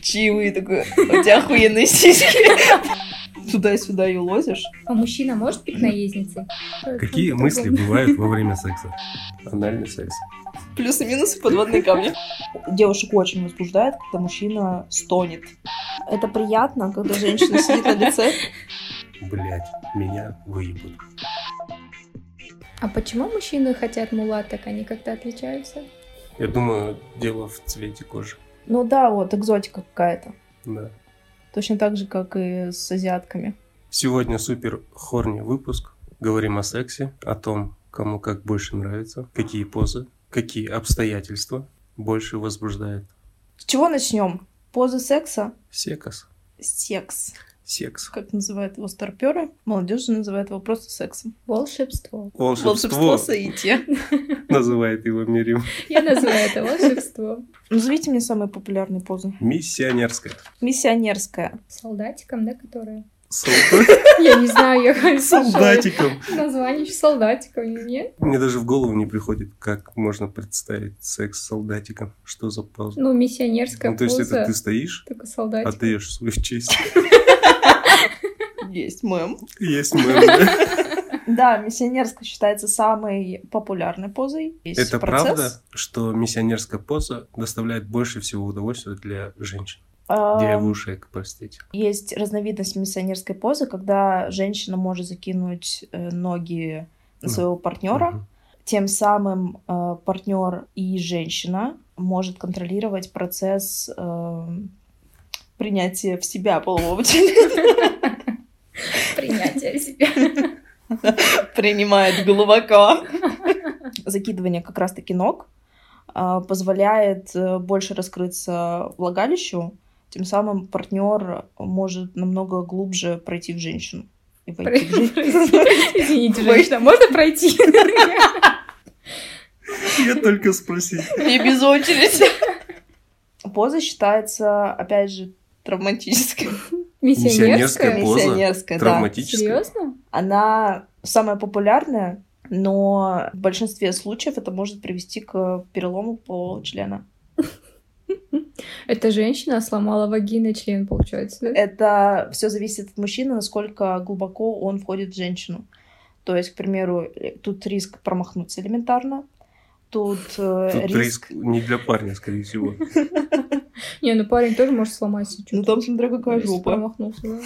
чаевые, такой, у тебя охуенные сиськи. Туда-сюда и лозишь. А мужчина может быть наездницей? Какие мысли бывают во время секса? Анальный секс. Плюсы-минусы подводные камни. Девушек очень возбуждает, когда мужчина стонет. Это приятно, когда женщина сидит на лице. Блять, меня выебут. А почему мужчины хотят мулаток? а Они как-то отличаются? Я думаю, дело в цвете кожи. Ну да, вот экзотика какая-то. Да. Точно так же, как и с азиатками. Сегодня супер хорни выпуск. Говорим о сексе, о том, кому как больше нравится, какие позы, какие обстоятельства больше возбуждает. С чего начнем? Позы секса? Секс. Секс. Секс. Как называют его старперы? Молодежь же называет его просто сексом. Волшебство. Волшебство Волшебство Саити. называет его Мирим. Я называю это волшебство. Назовите мне самые популярные позы. Миссионерская. Миссионерская. Солдатиком, да, которое? Солда- Я не знаю, я как Солдатиком. Название еще солдатиком, нет? Мне даже в голову не приходит, как можно представить секс с солдатиком. Что за поза? Ну, миссионерская Ну, то есть это поза. ты стоишь, Только солдатик. отдаешь свою честь. Есть мем. Есть мем, да? Да, миссионерская считается самой популярной позой. Есть Это процесс. правда, что миссионерская поза доставляет больше всего удовольствия для женщин? А, Девушек, простите. Есть разновидность миссионерской позы, когда женщина может закинуть э, ноги на Мгм. своего партнера, Мгм. тем самым э, партнер и женщина может контролировать процесс э, принятия в себя полового члена. Принятие себя. Принимает глубоко. Закидывание как раз-таки ног э, позволяет э, больше раскрыться влагалищу, тем самым партнер может намного глубже пройти в женщину. И войти в Пройти. женщину. Извините, женщина, можно пройти? Я только спросить. Не без очереди. Поза считается, опять же, травматической. Миссионерская Миссионерская? поза? Миссионерская, да. Травматическое. Серьезно? Она самая популярная, но в большинстве случаев это может привести к перелому полового члена. Эта женщина сломала вагины член, получается, да? Это все зависит от мужчины, насколько глубоко он входит в женщину. То есть, к примеру, э, тут риск промахнуться элементарно, тут, э, Тут риск... риск не для парня, скорее всего. Не, ну парень тоже может сломать сейчас. Ну там смотря какая жопа. Промахнулся, да.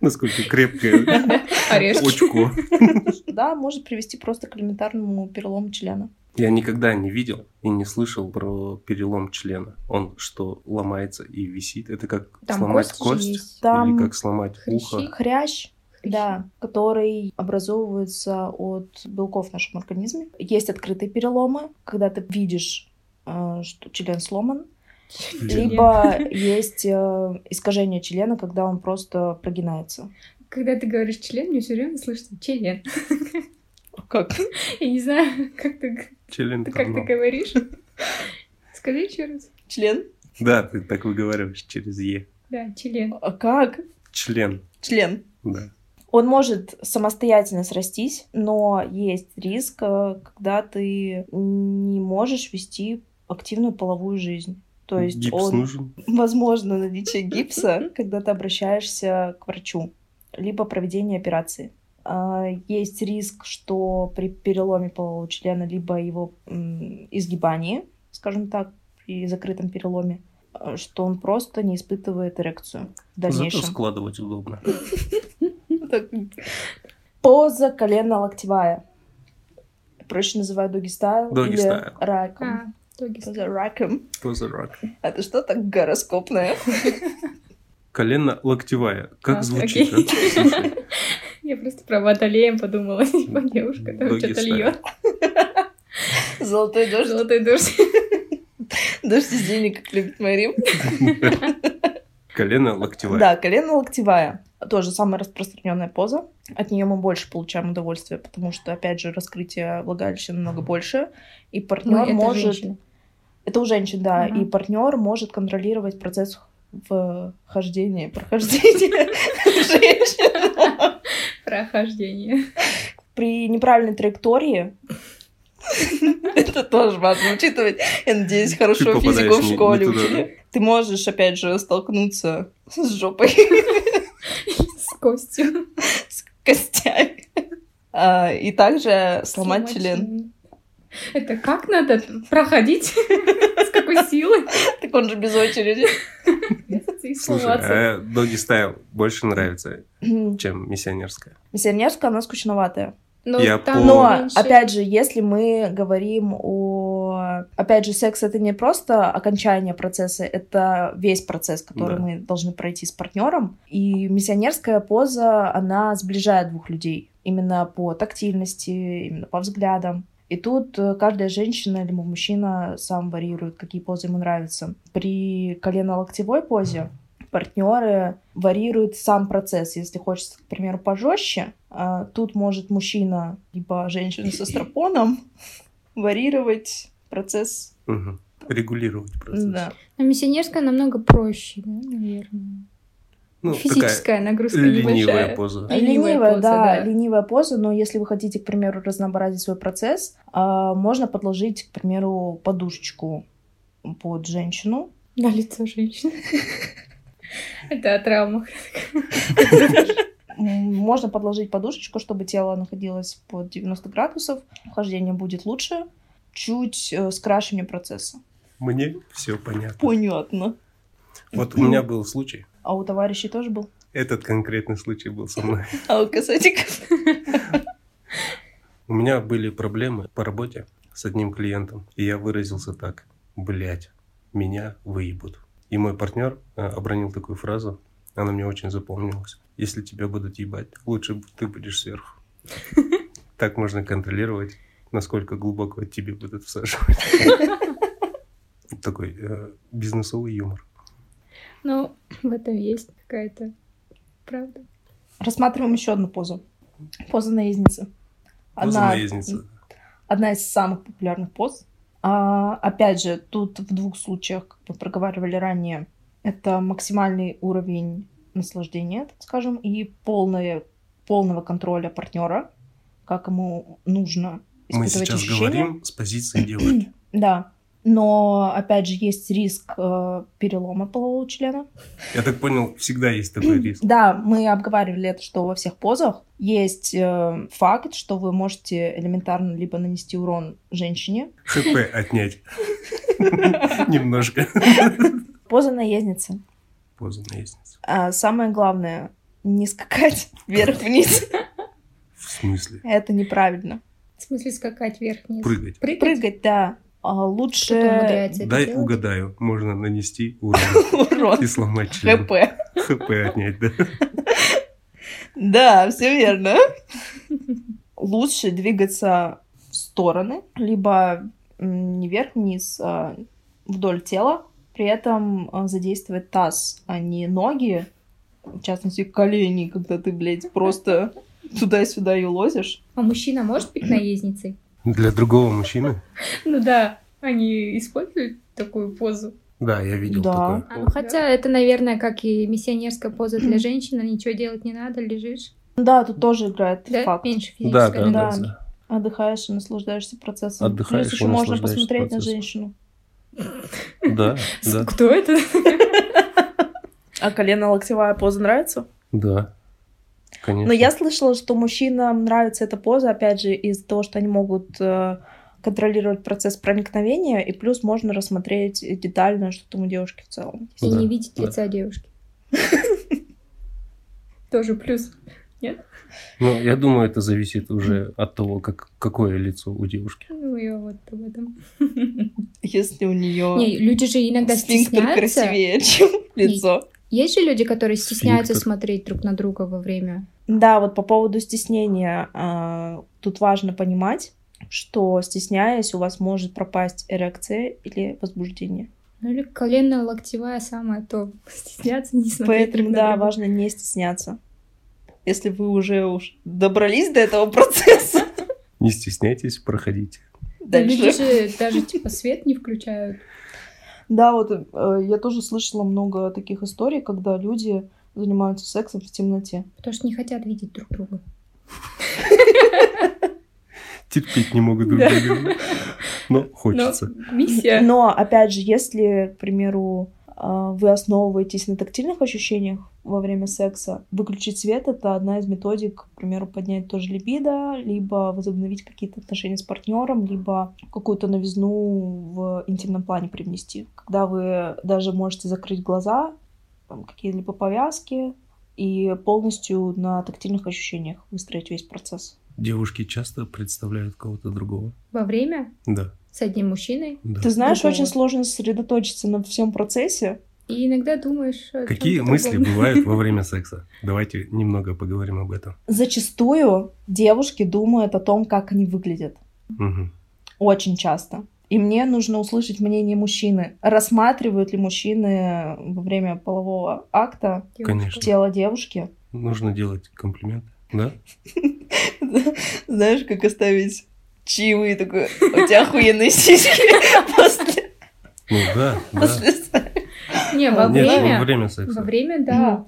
Насколько крепкое Орешки. очко. Да, может привести просто к элементарному перелому члена. Я никогда не видел и не слышал про перелом члена. Он что, ломается и висит? Это как Там сломать кости же кость? есть. Там Или как сломать хрящи. ухо? Хрящ, да, который образовывается от белков в нашем организме. Есть открытые переломы, когда ты видишь, э, что член сломан, Блин. либо есть э, искажение члена, когда он просто прогинается. Когда ты говоришь член, мне все время слышно член. Как? Я не знаю, как ты, Член ты- как ты торнул. говоришь. Скажи еще раз. Член? Да, ты так выговариваешь через Е. Да, член. А как? Член. Член. Да. Он может самостоятельно срастись, но есть риск, э, когда ты не можешь вести активную половую жизнь. То есть Гипс он нужен. возможно наличие гипса, когда ты обращаешься к врачу, либо проведение операции. А, Есть риск, что при переломе полового члена, либо его м, изгибании, скажем так, при закрытом переломе, а, что он просто не испытывает эрекцию в Зато дальнейшем. складывать удобно. Ну, Так, Поза колено-локтевая. Проще называют доги стайл Doggy или style. раком. А, итоги. Поза раком. Поза рака. Это что так гороскопное? Колено-локтевая. Как А, звучит, окей. а? Слушай, Я просто про Баталеем подумала. Типа девушка там Ноги что-то ставят. льет. Золотой дождь. Золотой дождь. Дождь из денег, как любит Марим. Колено-локтевая. Да, колено-локтевая. Тоже самая распространенная поза. От нее мы больше получаем удовольствие, потому что, опять же, раскрытие влагалища намного больше. И Ну, партнер это может... женщина. Это у женщин, да. Ага. И партнер может контролировать процесс вхождения, прохождения женщин. Прохождение. При неправильной траектории Это тоже важно учитывать. Я надеюсь, хорошо попадаешь физику в не- не школе туда, учили. Ты можешь, опять же, столкнуться с жопой, С костью. с костями. А, И также сломать член. Это как надо проходить? С какой силой? Так он же без очереди. И Слушай, сломаться. а доги стайл больше нравится, чем миссионерская. Миссионерская, она скучноватая. Но я там помню. Но, меньше- опять же, если мы говорим о... Опять же, секс — это не просто окончание процесса, это весь процесс, который Да. мы должны пройти с партнером. И миссионерская поза, она сближает двух людей. Именно по тактильности, именно по взглядам. И тут э, каждая женщина или мужчина сам варьирует, какие позы ему нравятся. При колено-локтевой позе партнеры варьируют сам процесс. Если хочется, к примеру, пожестче, а, тут может мужчина либо женщина со стропоном варьировать процесс. Мгм. Регулировать процесс. Да. Но миссионерская намного проще, да, наверное. Ну, такая Физическая нагрузка ленивая небольшая. поза. А ленивая Ленивая, поза, да, да. ленивая поза, но если вы хотите, к примеру, разнообразить свой процесс, а, можно подложить, к примеру, подушечку под женщину. На лицо женщины. Это о травмах. М, Можно подложить подушечку, чтобы тело находилось под 90 градусов, вхождение будет лучше, чуть э, скрашивание процесса. Мне все понятно. Понятно. Вот у меня был случай. А у товарищей тоже был? Этот конкретный случай был со мной. А у касатиков У меня были проблемы по работе с одним клиентом, и я выразился так. Блять, меня выебут. И мой партнер э, обронил такую фразу, она мне очень запомнилась. Если тебя будут ебать, лучше б- ты будешь сверху. Так можно контролировать, насколько глубоко тебе будут всаживать. Такой э, бизнесовый юмор. Ну, в этом есть какая-то правда. Рассматриваем еще одну позу. Поза наездницы. Поза Она- наездницы. одна из самых популярных поз. А, опять же, тут в двух случаях, как мы проговаривали ранее, это максимальный уровень наслаждения, так скажем, и полное, полного контроля партнера, как ему нужно Мы испытывать сейчас ощущения. говорим с позиции девушки. Да. Но, опять же, есть риск э, перелома полового члена. Я так понял, всегда есть такой риск. Да, мы обговаривали это, что во всех позах есть э, факт, что вы можете элементарно либо нанести урон женщине, ХП отнять. Немножко. поза наездницы. Поза наездницы. А самое главное, не скакать вверх-вниз. В смысле? Это неправильно. В смысле скакать вверх-вниз? Прыгать. Прыгать? Прыгать, да. А Кто-то лучше умудряется это Дай делать. угадаю, можно нанести урон урон. и сломать член. ХП. ХП отнять, да? Да, все верно. Лучше двигаться в стороны, либо м, не вверх-вниз, а вдоль тела. При этом а, задействовать таз, а не ноги, в частности, колени, когда ты, блядь, просто туда-сюда и лозишь. А мужчина может быть наездницей? Для другого мужчины? Ну да, они используют такую позу. Да, я видел Да. такое. А, ну, хотя это, наверное, как и миссионерская поза для женщины, ничего делать не надо, лежишь. Да, тут тоже играет Да, факт. меньше Да, физической да, да, нагрузки. да. Отдыхаешь и наслаждаешься процессом. Отдыхаешь Плюс и еще можно наслаждаешься посмотреть на процессом. женщину. Да, да, Кто это? А колено-локтевая поза нравится? да. Конечно. Но я слышала, что мужчинам нравится эта поза, опять же, из-за того, что они могут э, контролировать процесс проникновения, и плюс можно рассмотреть детально, что там у девушки в целом. И Да, не видеть да. лица девушки. Тоже плюс. Ну, я думаю, это зависит уже от того, как, какое лицо у девушки. Ну, я вот об этом. Если у нее Не, люди же иногда стесняются. Ну, красивее, чем лицо. Есть же люди, которые стесняются Сфинктер. смотреть друг на друга во время. Да, вот по поводу стеснения, э, тут важно понимать, что стесняясь, у вас может пропасть эрекция или возбуждение. Ну или колено-локтевая самое то. Стесняться, не смотреть Поэтому, друг на да, друга. важно не стесняться. Если вы уже уж добрались до этого процесса, Не стесняйтесь, проходите. Да, Люди дальше. же даже типа свет не включают. Да, вот э, я тоже слышала много таких историй, когда люди занимаются сексом в темноте. Потому что не хотят видеть друг друга. терпеть не могут друг друга. Но Но хочется. миссия. Но, опять же, если, к примеру, а, вы основываетесь на тактильных ощущениях во время секса, выключить свет — это одна из методик, к примеру, поднять тоже либидо, либо возобновить какие-то отношения с партнером, либо какую-то новизну в интимном плане привнести. Когда вы даже можете закрыть глаза, там, какие-либо повязки, и полностью на тактильных ощущениях выстроить весь процесс. Девушки часто представляют кого-то другого. Во время Да, с одним мужчиной. да. Ты знаешь, Другого. очень сложно сосредоточиться на всем процессе, И иногда думаешь... о Какие чём-то мысли другом. бывают во время секса? Давайте немного поговорим об этом. Зачастую девушки думают о том, как они выглядят. Мгм. Очень часто. И мне нужно услышать мнение мужчины. Рассматривают ли мужчины во время полового акта Девушка. Конечно. тело девушки? Нужно делать комплименты. Да? Знаешь, как оставить чаевые такой, у тебя охуенные сиськи после, Ну да, да. после секса». Не, во Нет, во время... время Во секса. время, да.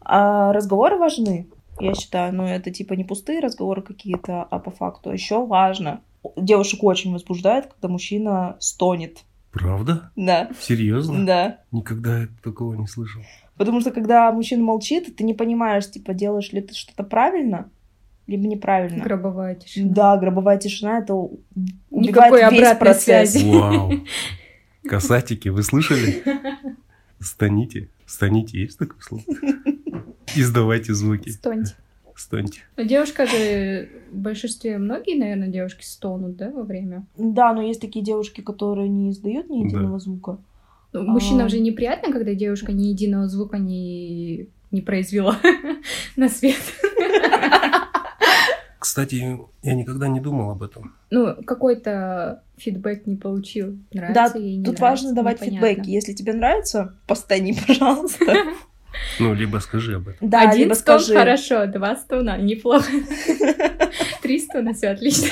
А разговоры важны, я считаю. Но это типа не пустые разговоры какие-то, а по факту. Еще важно. Девушек очень возбуждает, когда мужчина стонет. Правда? Да, Серьезно? да. Никогда я такого не слышал. Потому что когда мужчина молчит, ты не понимаешь, типа, делаешь ли ты что-то правильно, либо неправильно. Гробовая тишина. Да, гробовая тишина это у- убивает Никакой весь обратной процесс. связи. Вау. Касатики, вы слышали? Станите. Станите, есть такое слово? Издавайте звуки. Стоньте. Стоньте. Но Ну, девушка же... В большинстве многие, наверное, девушки стонут, да, во время? Да, но есть такие девушки, которые не издают ни Да. единого звука. Ну, Мужчинам А. же неприятно, когда девушка ни единого звука не, не произвела на свет. Кстати, я никогда не думал об этом. Ну, какой-то фидбэк не получил. Нравится ей, не Тут нравится, важно давать непонятно. фидбэк. Если тебе нравится, постани, пожалуйста. Ну, либо скажи об этом. Да, Один либо стон скажи. хорошо, два стона неплохо. Три стона все отлично.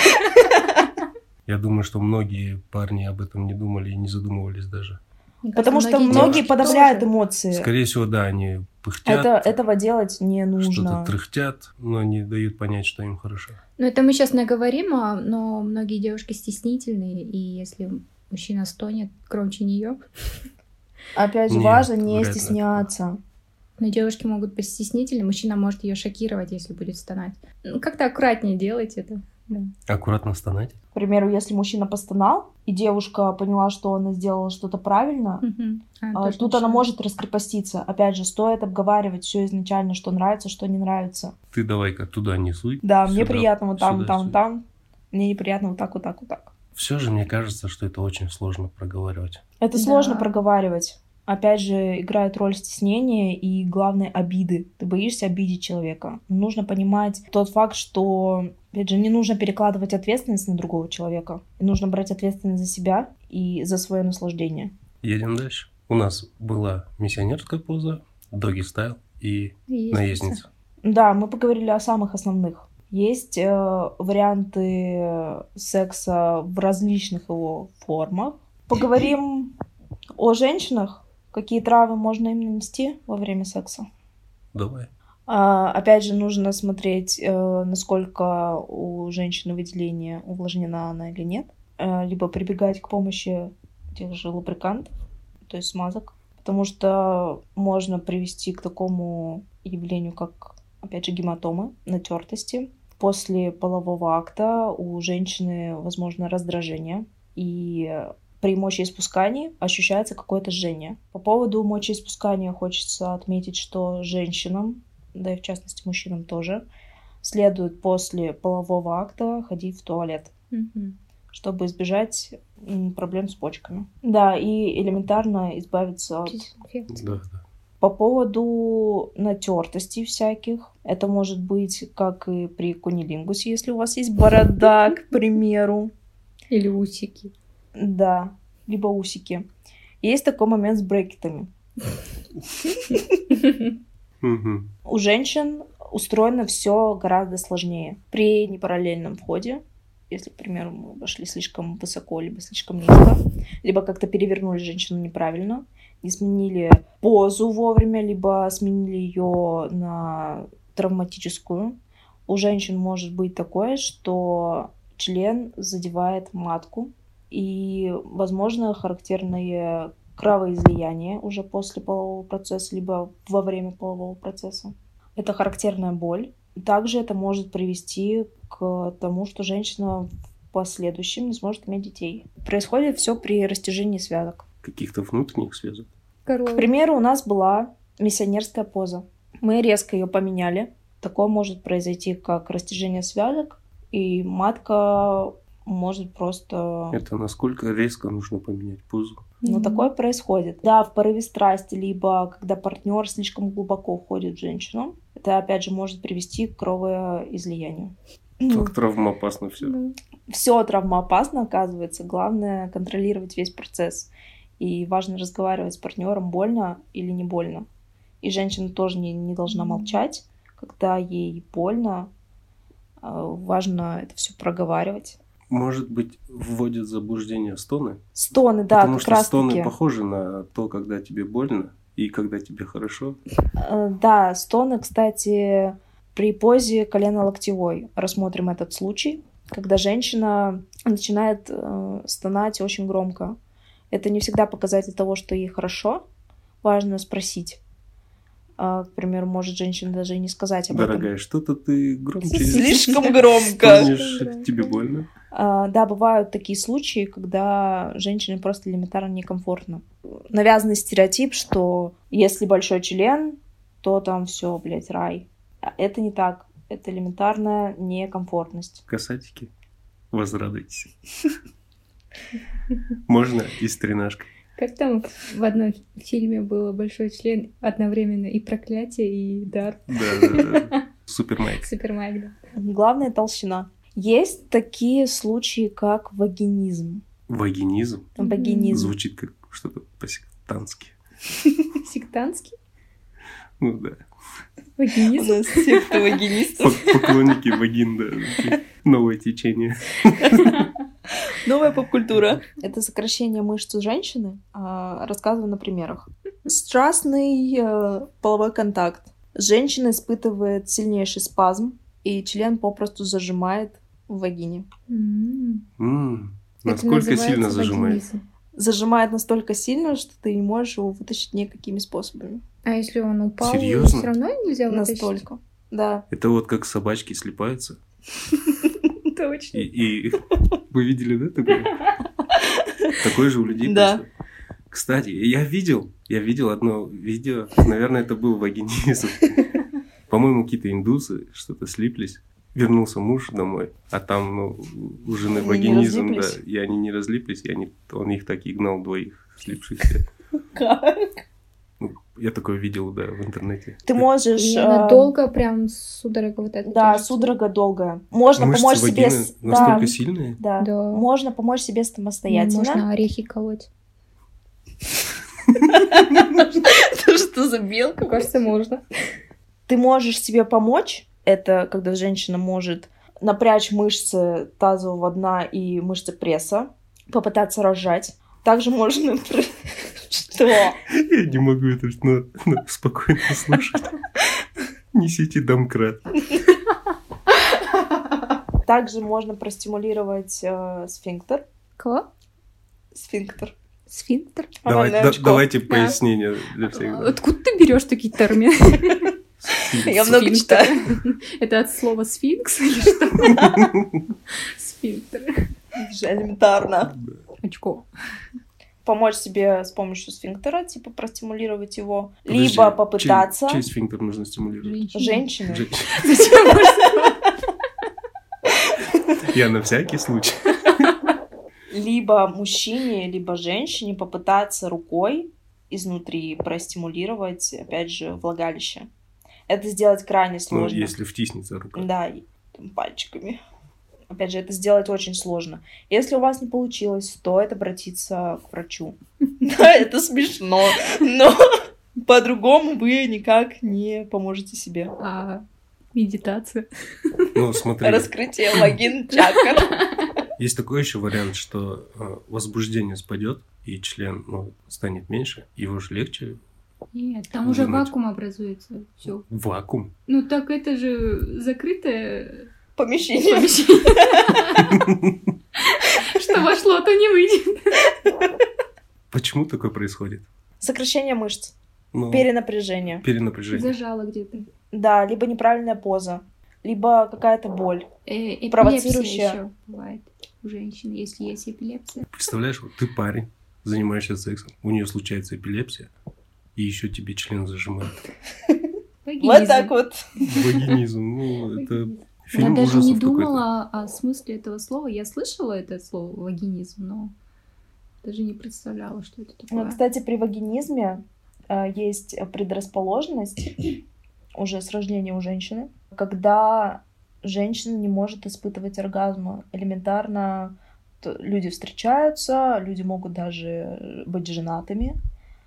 Я думаю, что многие парни об этом не думали и не задумывались даже. Потому что многие подавляют эмоции. Скорее всего, да, они пыхтят, Это, этого делать не что-то нужно. трыхтят, но не дают понять, что им хорошо. Ну, это мы сейчас наговорим, а- но многие девушки стеснительные, и если мужчина стонет громче нее, Опять же, Нет, важно не вряд ли. стесняться. но девушки могут быть стеснительны, мужчина может ее шокировать, если будет стонать. Ну, как-то аккуратнее делать это. Аккуратно стонать. К примеру, если мужчина постонал, и девушка поняла, что она сделала что-то правильно, Мгм. А, А, тоже Тут точно. она может раскрепоститься. Опять же, стоит обговаривать все изначально, что нравится, что не нравится. Ты давай-ка туда не суй. Да, мне приятно вот там, сюда, там, сюда. там. Мне неприятно вот так, вот так, вот так. Все же мне кажется, что это очень сложно проговаривать. Это Да. сложно проговаривать. Опять же, играет роль стеснения и, главное, обиды. Ты боишься обидеть человека. Нужно понимать тот факт, что, опять же, не нужно перекладывать ответственность на другого человека. Нужно брать ответственность за себя и за свое наслаждение. Едем дальше. У нас была миссионерская поза, доги стайл и И наездница. Да, мы поговорили о самых основных. Есть э, варианты секса в различных его формах. Поговорим о женщинах, какие травы можно им нанести во время секса. Давай. А, опять же, нужно смотреть, э, насколько у женщины выделение увлажнена она или нет. Э, либо прибегать к помощи тех же лубрикантов, то есть смазок. Потому что можно привести к такому явлению, как, опять же, гематомы, натертости. После полового акта у женщины, возможно, раздражение. И при мочеиспускании ощущается какое-то жжение. По поводу мочеиспускания хочется отметить, что женщинам да и в частности мужчинам тоже, следует после полового акта ходить в туалет, Мгм. чтобы избежать м, проблем с почками. Да, и элементарно избавиться от... Дезинфекция. Да, да. По поводу натертостей всяких, это может быть как и при кунилингусе, если у вас есть борода, к примеру. Или усики. Да, либо усики. Есть такой момент с брекетами. Мгм. У женщин устроено все гораздо сложнее. При непараллельном входе, если, к примеру, мы вошли слишком высоко, либо слишком низко, либо как-то перевернули женщину неправильно, не сменили позу вовремя, либо сменили ее на травматическую. У женщин может быть такое, что член задевает матку, и, возможно, характерные кровоизлияния уже после полового процесса, либо во время полового процесса. Это характерная боль. Также это может привести к тому, что женщина в последующем не сможет иметь детей. Происходит все при растяжении связок. Каких-то внутренних связок. Корова. К примеру, у нас была миссионерская поза. Мы резко ее поменяли. Такое может произойти, как растяжение связок, и матка может просто... Это насколько резко нужно поменять позу. Ну, Мгм. такое происходит. Да, в порыве страсти, либо когда партнер слишком глубоко уходит в женщину, это, опять же, может привести к кровоизлиянию. Ну. Так травмоопасно все. Ну, Все травмоопасно, оказывается. Главное контролировать весь процесс. И важно разговаривать с партнером, больно или не больно. И женщина тоже не, не должна Мгм. молчать, когда ей больно. Э, Важно это все проговаривать. Может быть, вводят в заблуждение стоны? Стоны, да, Потому как что раз стоны похожи на то, когда тебе больно и когда тебе хорошо. Э, Да, стоны, кстати, при позе колено-локтевой. Рассмотрим этот случай, когда женщина начинает э, стонать очень громко. Это не всегда показатель того, что ей хорошо. Важно спросить. А, К примеру, может женщина даже и не сказать об этом. Дорогая, что-то ты громче Слишком громко. стонешь, тебе больно. А, Да, бывают такие случаи, когда женщине просто элементарно некомфортно. Навязанный стереотип, что если большой член, то там все, блядь, рай. А Это не так. Это элементарная некомфортность. Касатики, возрадуйтесь. Можно и с тренажкой. Как там в одном фильме было большой член одновременно и проклятие, и дар. Да, да, да. Супермайк. Супермайк, да. Главное — толщина. Есть такие случаи, как вагинизм. Вагинизм Мгм. Вагинизм. звучит как что-то по-сектантски. Сектантский Ну да. У вагинизм. нас секта вагинистов. Пок- Поклонники вагин, да. Новое течение. Новая поп-культура. Это сокращение мышц у женщины. А, Рассказываю на примерах. Страстный э, половой контакт. Женщина испытывает сильнейший спазм, и член попросту зажимает в вагине. М. М, Это Насколько сильно называется зажимает? вагинизм. Зажимает настолько сильно, что ты не можешь его вытащить никакими способами. А если он упал, Серьёзно? все равно нельзя вытащить? Настолько. Да. Это вот как собачки слипаются. Точно. И, и- вы видели, да, такое? Такое же у людей Да. просто. Кстати, я видел, я видел одно видео, наверное, это был вагинизм. По-моему, какие-то индусы что-то слиплись. Вернулся муж домой, а там ну, у жены Они не вагинизм, да, разлиплись? и они не разлиплись, и они, он их так и гнал двоих слипшихся. Как? Я такое видел, да, в интернете. Ты можешь... И э, она долго прям судорога вот эта. Да, тоже. судорога долгая. Можно Мышцы помочь себе... вагины с- Да, настолько сильные? да. Да. Можно помочь себе самостоятельно. Можно орехи колоть. Это что за белка? Кажется, можно. Ты можешь себе помочь. Это когда женщина может напрячь мышцы тазового дна и мышцы пресса, попытаться разжать. Также можно... Что? Я не могу это ну, ну, спокойно слушать. Несите домкрат. Также можно простимулировать э, сфинктер. Кого? Сфинктер. Сфинктер? Давай- Анальное да- очко. давайте пояснение для всех. да. А, Откуда ты берешь такие термины? Я много Сфинктер. читаю. Это от слова сфинкс или что? Сфинктер. Это же Элементарно. Очко. Помочь себе с помощью сфинктера, типа простимулировать его. Подожди, Либо чей- попытаться... Чей сфинктер нужно стимулировать? Женщины. Женщина. Женщина. Зачем можно? Я на всякий случай. Либо мужчине, либо женщине попытаться рукой изнутри простимулировать, опять же, влагалище. Это сделать крайне Ну, сложно. если втиснется рука. Да, и там пальчиками. Опять же, это сделать очень сложно. Если у вас не получилось, стоит обратиться к врачу. Да, это смешно, но по-другому вы никак не поможете себе. А, Медитация. Ну, смотри, Раскрытие логин чакр. есть такой еще вариант, что э, возбуждение спадет, и член ну, станет меньше, его же легче. Нет, там уже Думать. вакуум образуется. Все. Вакуум. Ну так это же закрытая помещение. Что вошло, то не выйдет. Почему такое происходит? Сокращение мышц, Ну, перенапряжение. перенапряжение. Зажало где-то. Э, Да, либо неправильная поза, либо какая-то боль. Э, Провоцирующая. Эпилепсия еще бывает у женщин, если есть эпилепсия. Представляешь, вот ты парень, занимаешься сексом, у нее случается эпилепсия, и еще тебе член зажимает. Вагинизм. Вот так вот. Вагинизм. Ну, это Вагинизм. фильм Я даже не ужасов какой-то. думала о смысле этого слова. Я слышала это слово вагинизм, но даже не представляла, что это Ну, такое. Кстати, при вагинизме э, есть предрасположенность уже с рождения у женщины, когда женщина не может испытывать оргазма. Элементарно т- люди встречаются, люди могут даже быть женатыми,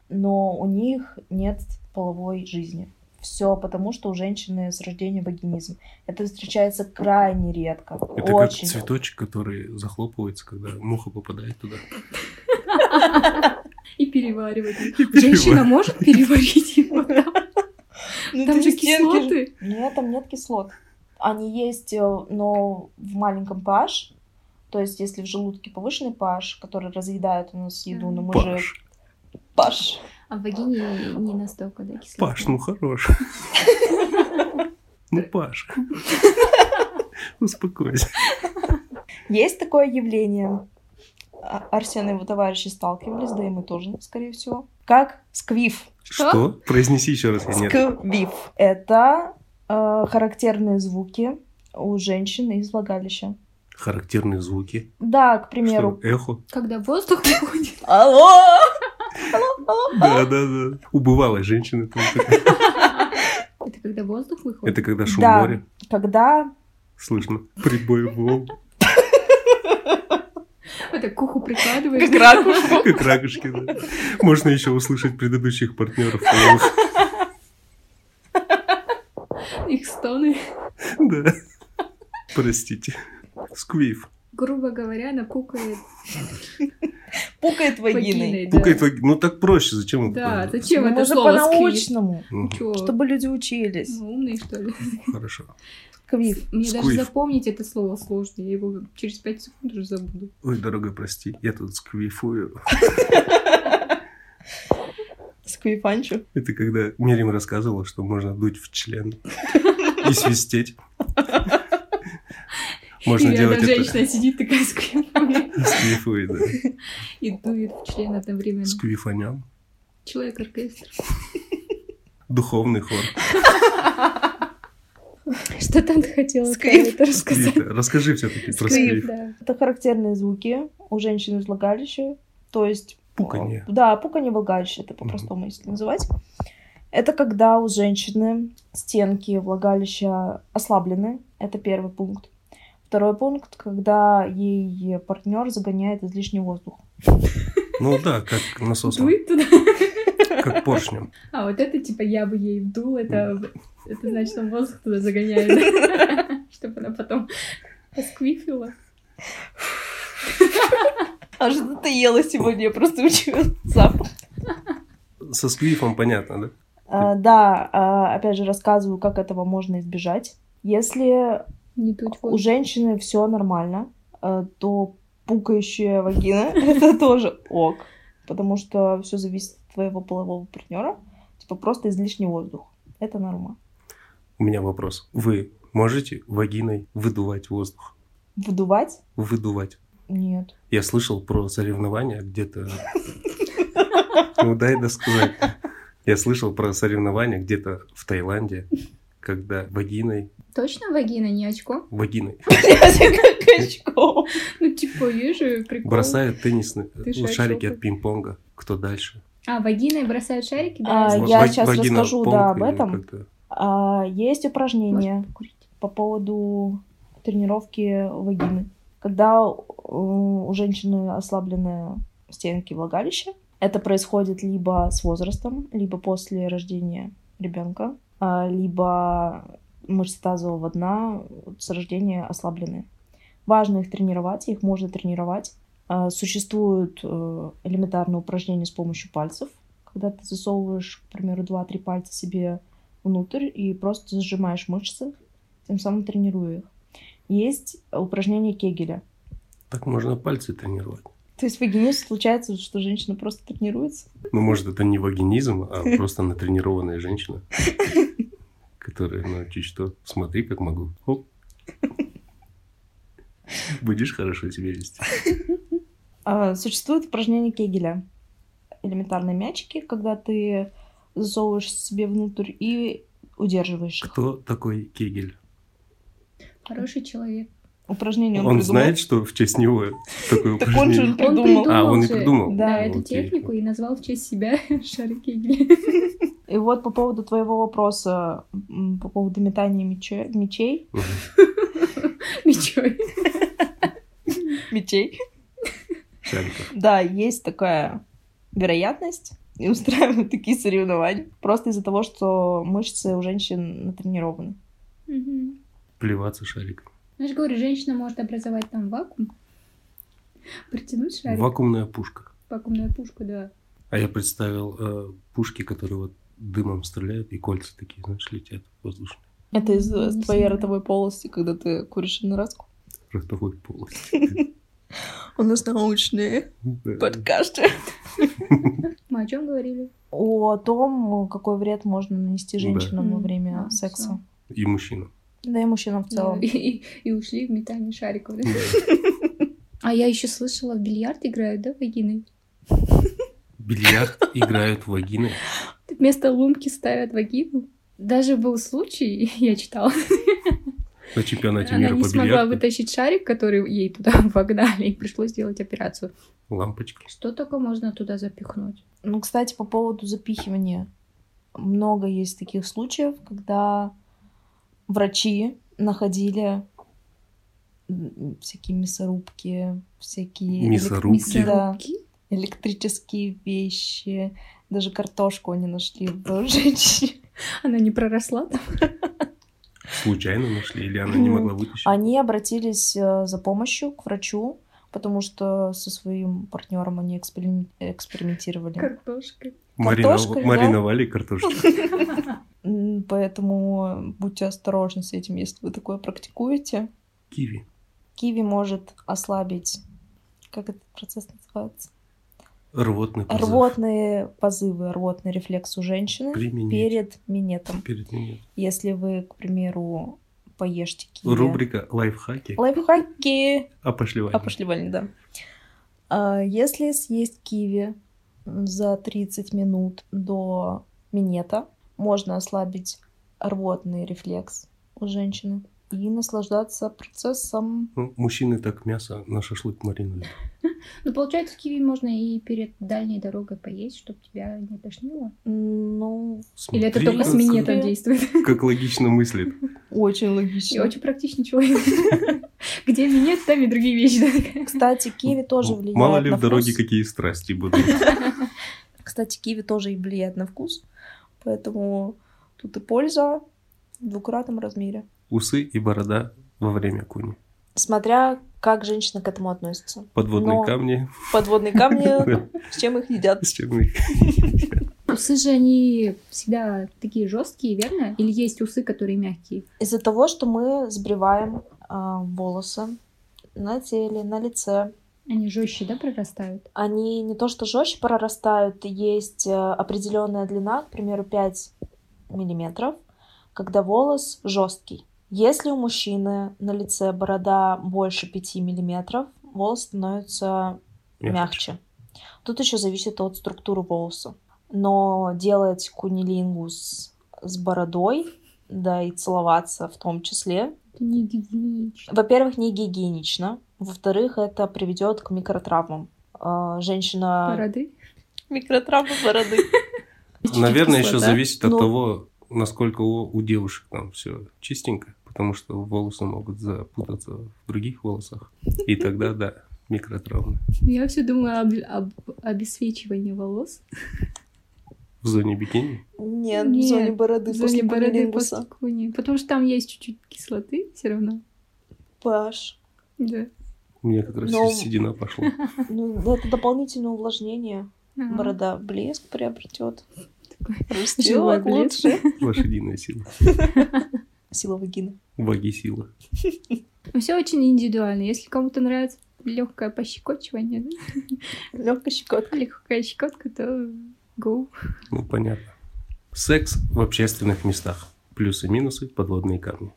но у них нет половой жизни. Все потому, что у женщины с рождения вагинизм. Это встречается крайне редко. Это как очень. цветочек, который захлопывается, когда муха попадает туда. И переваривать. их. переваривать. Женщина может переварить его? Там Ну, там это же стенки же. кислоты. Нет, там Ну, нет кислот. Они есть, э, но в маленьком pH. То есть, если в желудке повышенный pH, который разъедает у нас еду, но мы же... Паш. pH. А в вагине не настолько, да, кислоты? Паш, ну хорош. Ну, Паш. Успокойся. Есть такое явление. А- Арсен и его товарищи сталкивались, да и мы тоже, скорее всего. Как сквиф. Что? Что? Произнеси еще раз. я не это. Сквиф. Это э, характерные звуки у женщин из влагалища. Характерные звуки. Да, к примеру, Что? Эхо. Когда воздух выходит. Алло! Да, да, да. Убывала женщина. там такая. Это когда воздух выходит? Это когда шум Да. моря. когда Слышно. Прибой волн. Это к уху прикладываешь. Как ракушка. Как ракушки, да. Можно еще услышать предыдущих партнеров. Их стоны. Да. Простите. Сквиф. Грубо говоря, она пукает Пукает вагиной. вагиной. да. Пукает ваг- Ну так проще, зачем он Да, пукает? зачем Ну, это же слово сквиф? по-научному, Мгм, Чё, чтобы люди учились. мы умные, что ли? Хорошо. Сквиф. Мне даже Сквиф. запомнить это слово сложно. Я его через пять секунд уже забуду. Ой, дорогой, прости, я тут сквифую. Сквифанчу. Это когда Мирим рассказывала, что можно дуть в член и свистеть. Можно И делать рядом это. женщина сидит такая скрипка Сквифуй, да. и дует в член одновременно. Сквифаням. Человек-оркестр. Духовный хор. Что там ты хотела Скрипт. это Сквиф. Расскажи все-таки про сквиф. Да. Это характерные звуки у женщин из влагалища, то есть... Пуканье. э, Да, пуканье влагалища, это по-простому если называть. Это когда у женщины стенки влагалища ослаблены, это первый пункт. Второй пункт, когда ей партнер загоняет излишний воздух. Ну да, как насосом, Дует туда. как поршнем. А вот это типа я бы ей вдул, это, это значит, он воздух туда загоняет. Чтобы она потом посквифила. А что ты ела сегодня? Я просто учила запах. Со сквифом понятно, да? А, да, а, опять же рассказываю, как этого можно избежать. Если Не дуть у женщины все нормально, э, то пукающая вагина это тоже ок. Потому что все зависит от твоего полового партнера. Типа просто излишний воздух. Это норма. У меня вопрос. Вы можете вагиной выдувать воздух? Выдувать? Выдувать. Нет. Я слышал про соревнования где-то... Ну, дай досказать. Я слышал про соревнования где-то в Таиланде, когда вагиной... Точно вагина, не очко? Вагиной Как очко. Ну, типа, есть же прикол. бросают теннисные Ты ну, шарики шарик. от пинг-понга. Кто дальше? А, вагиной бросают шарики, А, да? я Ва- ва- щас вагина расскажу, понг да, об или этом. как-то. А, есть упражнение Может, покурить? по поводу тренировки вагины. Когда э, у женщины ослаблены стенки влагалища, это происходит либо с возрастом, либо после рождения ребенка, а, либо мышцы тазового дна вот с рождения ослаблены. Важно их тренировать, их можно тренировать. А, Существуют э, элементарные упражнения с помощью пальцев, когда ты засовываешь, к примеру, 2-3 пальца себе внутрь и просто сжимаешь мышцы, тем самым тренируя их. Есть упражнение Кегеля. Так можно пальцы тренировать. То есть вагинизм случается, что женщина просто тренируется? Ну, может, это не вагинизм, а просто натренированная женщина, которая, ну, чуть что, смотри, как могу. Оп. Будешь хорошо себя вести. А, существует упражнение Кегеля. Элементарные мячики, когда ты засовываешь себе внутрь и удерживаешь их. Кто такой Кегель? Хороший человек. Упражнение он, Он придумал. знает, что в честь него такое Так он же упражнение? придумал. А, он и же, придумал? Да, Ну, эту окей. технику и назвал в честь себя шары Кегеля. И вот по поводу твоего вопроса, м, по поводу метания мече- мечей. Мгм. Мечой. Мечей? Шариков. Да, есть такая вероятность. И устраивают такие соревнования. Просто из-за того, что мышцы у женщин натренированы. Мгм. Плеваться шариком. Я же говорю, женщина может образовать там вакуум, притянуть шарик, Вакуумная пушка. вакуумную пушку, да. А я представил э, пушки, которые вот дымом стреляют, и кольца такие, знаешь, летят воздушные. Это из Не из твоей знаю. ротовой полости, когда ты куришь инораску. Ростовой полость. У нас научные подкасты. Мы о чем говорили? О том, какой вред можно нанести Да. женщинам во М, время да, секса. И мужчина. Да и мужчинам в целом. И, и- и ушли в метание шариков. да? Да. А я еще слышала, в бильярд играют, да, вагины? Бильярд играют вагины. Вместо лунки ставят вагину. Даже был случай, я читала, На чемпионате она мира не по смогла бильярду. вытащить шарик, который ей туда вогнали, и пришлось делать операцию. Лампочки. Что только можно туда запихнуть? Ну, кстати, по поводу запихивания. Много есть таких случаев, когда врачи находили м, всякие мясорубки, всякие элек- Мясорубки. Да. Руки? электрические вещи, даже картошку они нашли в женщине. Она не проросла там? Случайно нашли, или она не Мгм. могла вытащить. Они обратились э, за помощью к врачу, потому что со своим партнером они эксперим- экспериментировали. Картошка. Марина- картошкой, да? Мариновали картошки. М, Поэтому будьте осторожны с этим, если вы такое практикуете. Киви. Киви может ослабить, как этот процесс называется? Рвотный позыв. Рвотные позывы, рвотный рефлекс у женщины При минете. перед минетом. Перед минете. Если вы, к примеру, поешьте киви. Рубрика лайфхаки. А Лайфхаки Опошливание. опошливали, да. А, Если съесть киви за 30 минут до минета, можно ослабить рвотный рефлекс у женщины и наслаждаться процессом. Ну, мужчины так мясо на шашлык маринуют. Ну, получается, киви можно и перед дальней дорогой поесть, чтобы тебя не тошнило. Ну, Или это Смотри, только с как- минетом действует? Как логично мыслит. очень Я логично. очень практичный человек. Где минет, там и другие вещи. да. Кстати, киви тоже влияет Мало ли на в дороге вкус. какие страсти будут. Кстати, киви тоже и влияет на вкус, поэтому тут и польза в двукратном размере. Усы и борода во время куни. Смотря как женщина к этому относится. Подводные Но- камни. Подводные камни, с чем их едят? С чем их? Усы же, они всегда такие жесткие, верно? Или есть усы, которые мягкие? Из-за того, что мы сбриваем а, волосы на теле, на лице, Они жестче, да, прорастают? они не то что жестче прорастают, есть э, определенная длина, к примеру, 5 миллиметров, когда волос жесткий. Если у мужчины на лице борода больше 5 миллиметров, волос становится мягче. Тут еще зависит от структуры волоса. Но делать кунилингус с бородой, да и целоваться в том числе, Это не гигиенично. во-первых, не гигиенично. Во-вторых, это приведет к микротравмам. А, Женщина... Породы? Микротравмы бороды. Наверное, еще зависит от Ну. того, насколько у, у девушек там все чистенько, потому что волосы могут запутаться в других волосах. И тогда, да, микротравмы. Я все думаю об, об обесвечивании волос. В зоне бикини. Нет, в Нет, зоне бороды в после зоне бороды кунилингуса. после куни. Потому что там есть чуть-чуть кислоты все равно. Паш, Да. у меня как раз Но- седина пошла. ну это дополнительное увлажнение. Ага. Борода блеск приобретет. Такой живой Растет блеск. лучше. Лошадиная сила. Сила вагины. Ваги сила. Все Ну, очень индивидуально. Если кому-то нравится легкое пощекотчивание, да, Легкая щекотка. легкая щекотка, то go. Ну, понятно. Секс в общественных местах. Плюсы, минусы, подводные камни.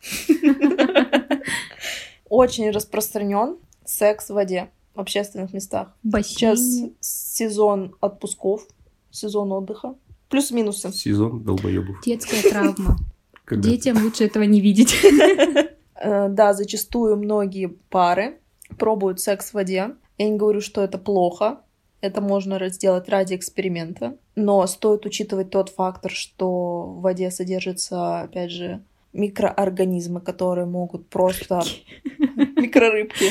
Очень распространен секс в воде в общественных местах. Бассейн. Сейчас сезон отпусков, сезон отдыха. Плюс-минусы. Сезон долбоебов. Детская травма. Когда Детям лучше этого не видеть. Э, Да, зачастую многие пары пробуют секс в воде. Я не говорю, что это плохо. Это можно раз- сделать ради эксперимента. Но стоит учитывать тот фактор, что в воде содержатся, опять же, микроорганизмы, которые могут просто... Микрорыбки.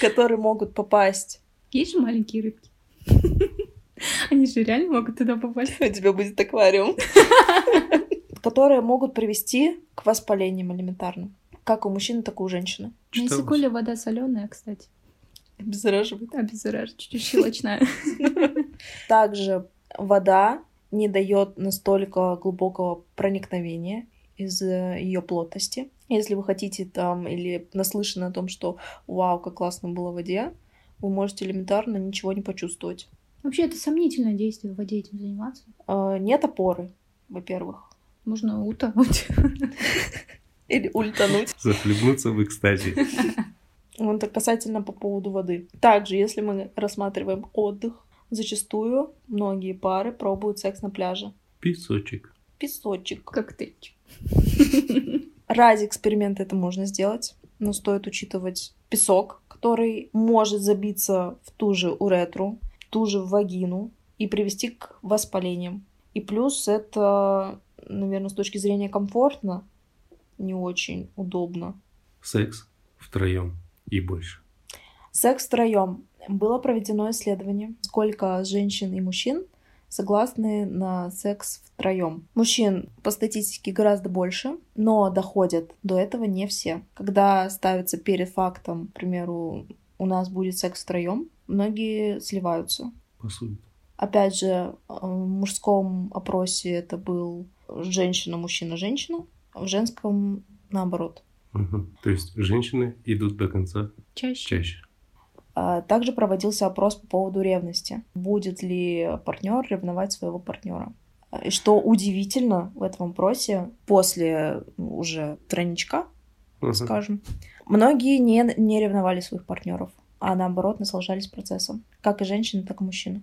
Которые могут попасть. Есть же маленькие рыбки. Они же реально могут туда попасть. У тебя будет аквариум. Которые могут привести к воспалениям элементарным. Как у мужчины, так и у женщины. На читал? Исикуле Ну, вода соленая, кстати. Обеззараживает. Обеззараживает, чуть-чуть щелочная. Также вода не дает настолько глубокого проникновения из ее плотности. Если вы хотите там или наслышаны о том, что вау, как классно было в воде, вы можете элементарно ничего не почувствовать. Вообще, это сомнительное действие в воде этим заниматься. Э, Нет опоры, во-первых. Можно утонуть. Или ультануть. захлебнуться в экстазе. Вот это касательно по поводу воды. Также, если мы рассматриваем отдых, зачастую многие пары пробуют секс на пляже. Песочек. Песочек. Коктейль. Ради эксперимента это можно сделать, но стоит учитывать песок, который может забиться в ту же уретру, ту же вагину и привести к воспалениям. И плюс это, наверное, с точки зрения комфортно, не очень удобно. Секс втроем и больше. Секс втроем. Было проведено исследование, сколько женщин и мужчин согласны на секс втроем. Мужчин по статистике гораздо больше, но доходят до этого не все. Когда ставится перед фактом, к примеру, у нас будет секс втроем, многие сливаются. По сути. Опять же, э, в мужском опросе это был женщина, мужчина, женщина, а в женском наоборот. Мгм. То есть женщины идут до конца Чаще. чаще. А, Также проводился опрос по поводу ревности. Будет ли партнер ревновать своего партнера? А, И что удивительно в этом опросе, после ну, уже тройничка, Мгм. скажем, многие не, не ревновали своих партнеров, а наоборот наслаждались процессом. Как и женщины, так и мужчины.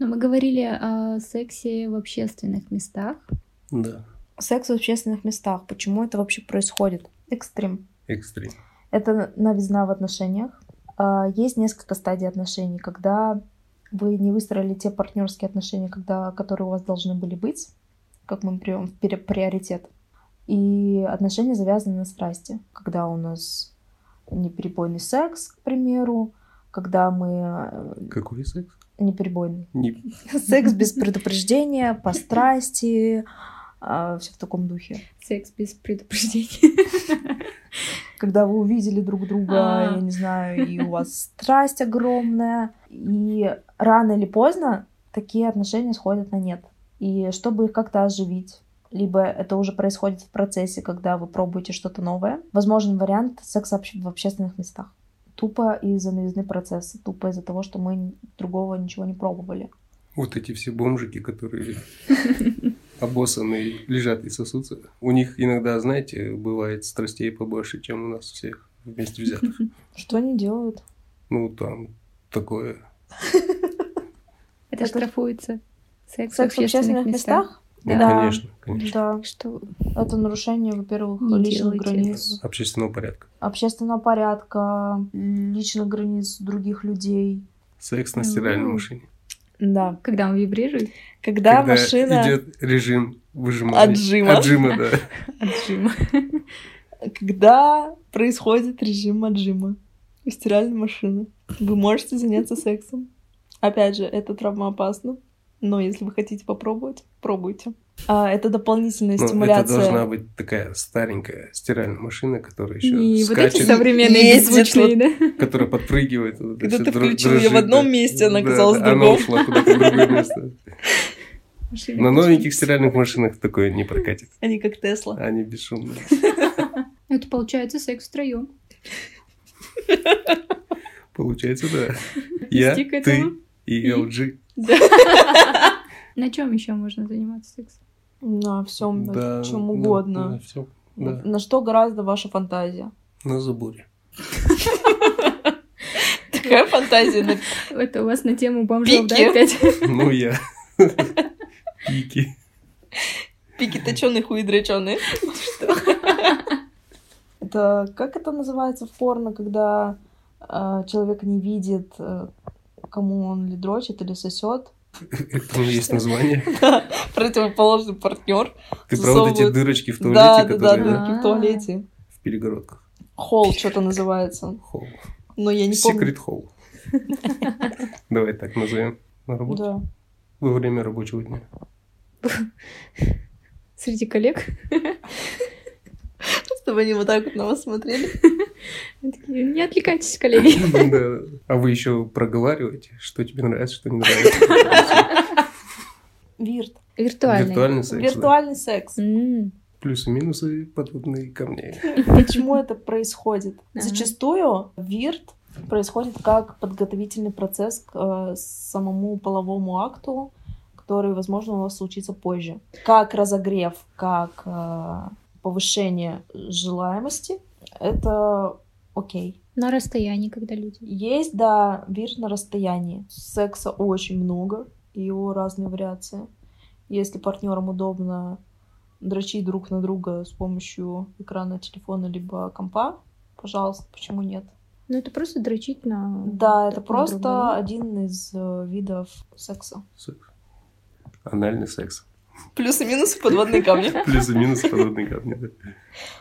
Но мы говорили о сексе в общественных местах. Да. Секс в общественных местах. Почему это вообще происходит? Экстрим. Экстрим. Это новизна в отношениях. А, Есть несколько стадий отношений, когда вы не выстроили те партнерские отношения, когда, которые у вас должны были быть, как мы берем в пере- приоритет. И отношения завязаны на страсти, когда у нас неперебойный секс, к примеру, когда мы э, Какой секс? неперебойный. Не- Секс без предупреждения, по страсти, все в таком духе. Секс без предупреждения. когда вы увидели друг друга, А. я не знаю, и у вас страсть огромная, и рано или поздно такие отношения сходят на нет. И чтобы их как-то оживить, либо это уже происходит в процессе, когда вы пробуете что-то новое, возможен вариант секса обще- в общественных местах. Тупо из-за новизны процесса, тупо из-за того, что мы другого ничего не пробовали. Вот эти все бомжики, которые обоссанные лежат и сосутся. У них иногда, знаете, бывает страстей побольше, чем у нас всех вместе взятых. Что они делают? Ну, там такое. Это Это- штрафуется. Секс, Секс в общественных местах? Ну, Да. конечно, конечно. Да, Что? это нарушение, во-первых, Не личных делайте границ. Общественного порядка. общественного порядка, личных границ других людей. Секс на Ну. стиральной машине. Да. Когда он вибрирует? Когда, Когда машина... идет режим выжимания. Отжима. Отжима, да. Отжим. Когда происходит режим отжима у стиральной машины, вы можете заняться сексом. Опять же, это травмоопасно, но если вы хотите попробовать, пробуйте. А, это дополнительная Ну, это стимуляция. должна быть такая старенькая стиральная машина, которая еще И вот эти скачет, современные ездит беззвучные, да? которая подпрыгивает. вот это Когда всё ты дро- включил её в дрожит, одном да. месте, она Да, оказалась в да, Она другом. ушла куда-то в другое место. Машины На очень- новеньких стиральных машинах такое не прокатит. Они как а Тесла. Они бесшумные. А Это получается секс втроем. Получается, да. Я, Вести к ты этому. и И- LG. На чем еще можно заниматься сексом? На всем, Да, чем да, угодно. На всё, Вот да. На что гораздо ваша фантазия? На заборе. Такая фантазия на Это у вас на тему бомжов, да, Пики. опять? Ну, я. Пики. пике точёный, хуй дрочёный. Это как это называется в порно, когда э, человек не видит, э, кому он ли дрочит или сосет? Этому есть название. Противоположный партнер. Ты про вот эти Засовывают. дырочки в Да, туалете, да, да, которые да, да. дырки в туалете. в перегородках. Холл что-то называется. Холл. Но я не помню. Секрет холл. Давай так назовем. На работе. Да. Во время рабочего дня. Среди коллег. Чтобы они вот так вот на вас смотрели. Они такие, Не отвлекайтесь, коллеги. Да. А вы еще проговариваете, что тебе нравится, что не нравится. Вирт. Виртуально. Виртуальный секс. да. Виртуальный секс. Плюсы-минусы подводные камни. Почему это происходит? Ага. Зачастую вирт происходит как подготовительный процесс к э, самому половому акту, который, возможно, у вас случится позже. Как разогрев, как э, повышение желаемости, это окей. На расстоянии, когда люди. Есть, да, вирт на расстоянии. Секса очень много, и его разные вариации. Если партнерам удобно дрочить друг на друга с помощью экрана телефона либо компа, пожалуйста, почему нет? Ну, это просто дрочить на... Да, это друг на просто друга, да? один из э, видов секса. Секс. Анальный секс. Плюсы-минусы, подводные камни. Плюсы-минусы подводные камни. да.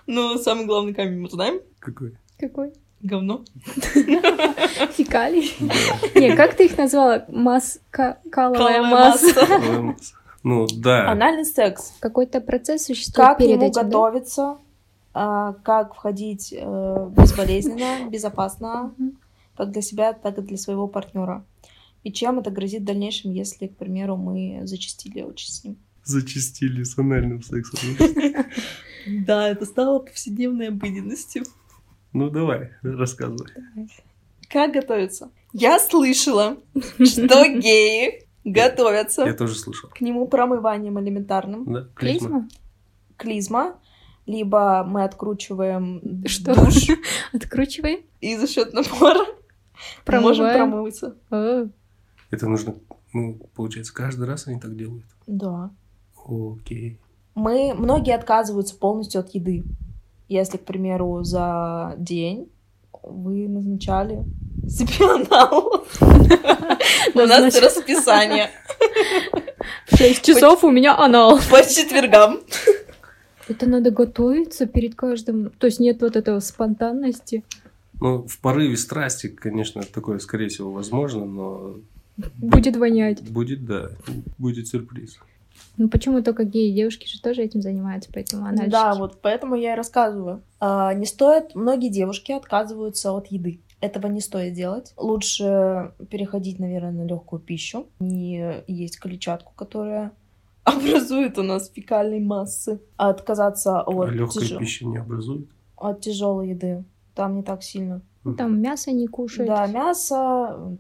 Ну, самый главный камень мы знаем. Какой? Какой? Говно. Фекалий. Да. Не, как ты их назвала? Масс... ка- Каловая Каловая масса. масса. Ну, да. Анальный секс. Какой-то процесс существует Как к перед нему этим, да? готовиться, а, как входить э, безболезненно, безопасно, Мгм. как для себя, так и для своего партнера. И чем это грозит в дальнейшем, если, к примеру, мы зачастили очень с ним. Зачистили с анальным сексом. Да, это стало повседневной обыденностью. Ну, давай, рассказывай. Как готовиться? Я слышала, что геи Я готовятся тоже слышал. К нему промыванием элементарным, Да, клизма. Клизма? клизма, либо мы откручиваем Что? душ Откручивай. и за счет напора можем Промываем. промыться. О, Это нужно, ну, получается, каждый раз они так делают. Да. Окей. Мы, многие отказываются полностью от еды. Если, к примеру, за день вы назначали себе анал. У нас Назначил. расписание В 6 часов у меня анал. по четвергам. Это надо готовиться перед каждым. То есть нет вот этого спонтанности. Ну, в порыве страсти, конечно, такое, скорее всего, возможно, но... Будет вонять. Будет, да. Будет сюрприз. Ну почему только геи? Девушки же тоже этим занимаются, поэтому анальщики. Да, вот поэтому я и рассказываю. А, Не стоит, многие девушки отказываются от еды. Этого не стоит делать. Лучше переходить, наверное, на легкую пищу. Не есть клетчатку, которая Образует у нас фекальные массы. отказаться А от, легкая тяжё- пища не образует. от тяжелой еды. Там не так сильно. Ну, Там мясо не кушают. Да, мясо, м,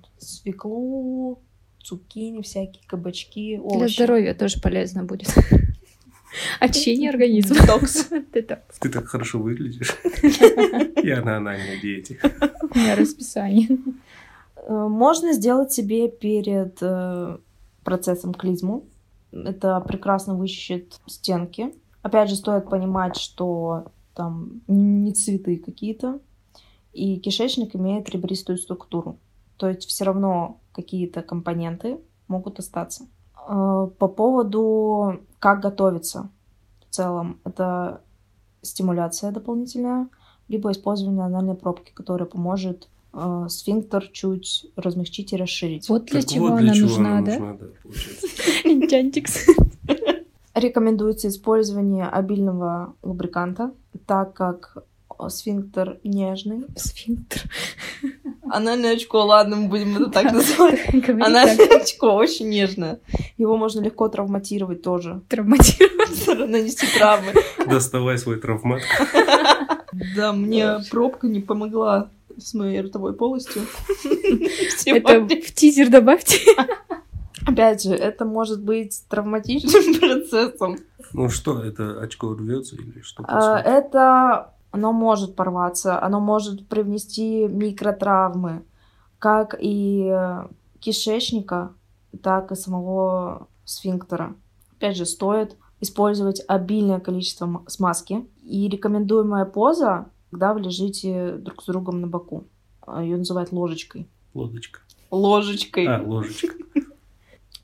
свеклу, цукини всякие, кабачки, овощи. Для здоровья тоже полезно будет. Очищение организма. Детокс. Детокс. Ты так хорошо выглядишь. Я на анальной диете. У меня расписание. Э, Можно сделать себе перед э, процессом клизму. Это прекрасно вычищет стенки. Опять же, стоит понимать, что там не цветы какие-то. И кишечник имеет ребристую структуру. То есть все равно какие-то компоненты могут остаться. Э, По поводу как готовиться в целом. Это стимуляция дополнительная, либо использование анальной пробки, которая поможет э, сфинктер чуть размягчить и расширить. Вот для Так чего вот она чего нужна, она да? нужна, да, получается. Энчантикс. Рекомендуется использование обильного лубриканта, так как сфинктер нежный. Сфинктер. Анальное очко, ладно, мы будем это так называть. Говори так. Анальное очко очень нежное. Его можно легко травматировать тоже. Травматировать. Нанести травмы. Доставай свой травмат. Да, мне пробка не помогла с моей ротовой полостью. Это Типа- в тизер добавьте. Опять же, это может быть травматичным процессом. Ну что, это очко рвется или что? А, происходит? Это оно может порваться, оно может привнести микротравмы, как и э, кишечника, так и самого сфинктера. Опять же, стоит использовать обильное количество м- смазки и рекомендуемая поза, когда вы лежите друг с другом на боку. Ее называют ложечкой. Лодочка. э, Ложечкой. А, ложечка.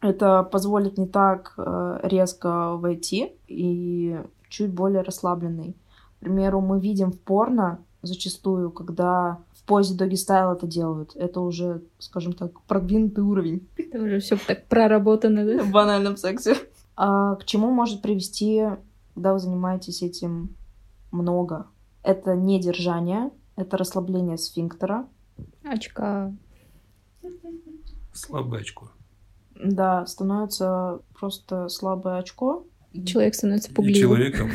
Это позволит не так э, резко войти и чуть более расслабленный. К примеру, мы видим в порно зачастую, когда в позе доги стайл это делают. Это уже, скажем так, продвинутый уровень. Там уже все так проработано, да? В банальном сексе. А к чему может привести, когда вы занимаетесь этим много? Это недержание, это расслабление сфинктера, Очка. Слабое очко. да, становится просто слабое очко. Человек становится И пугливым. человек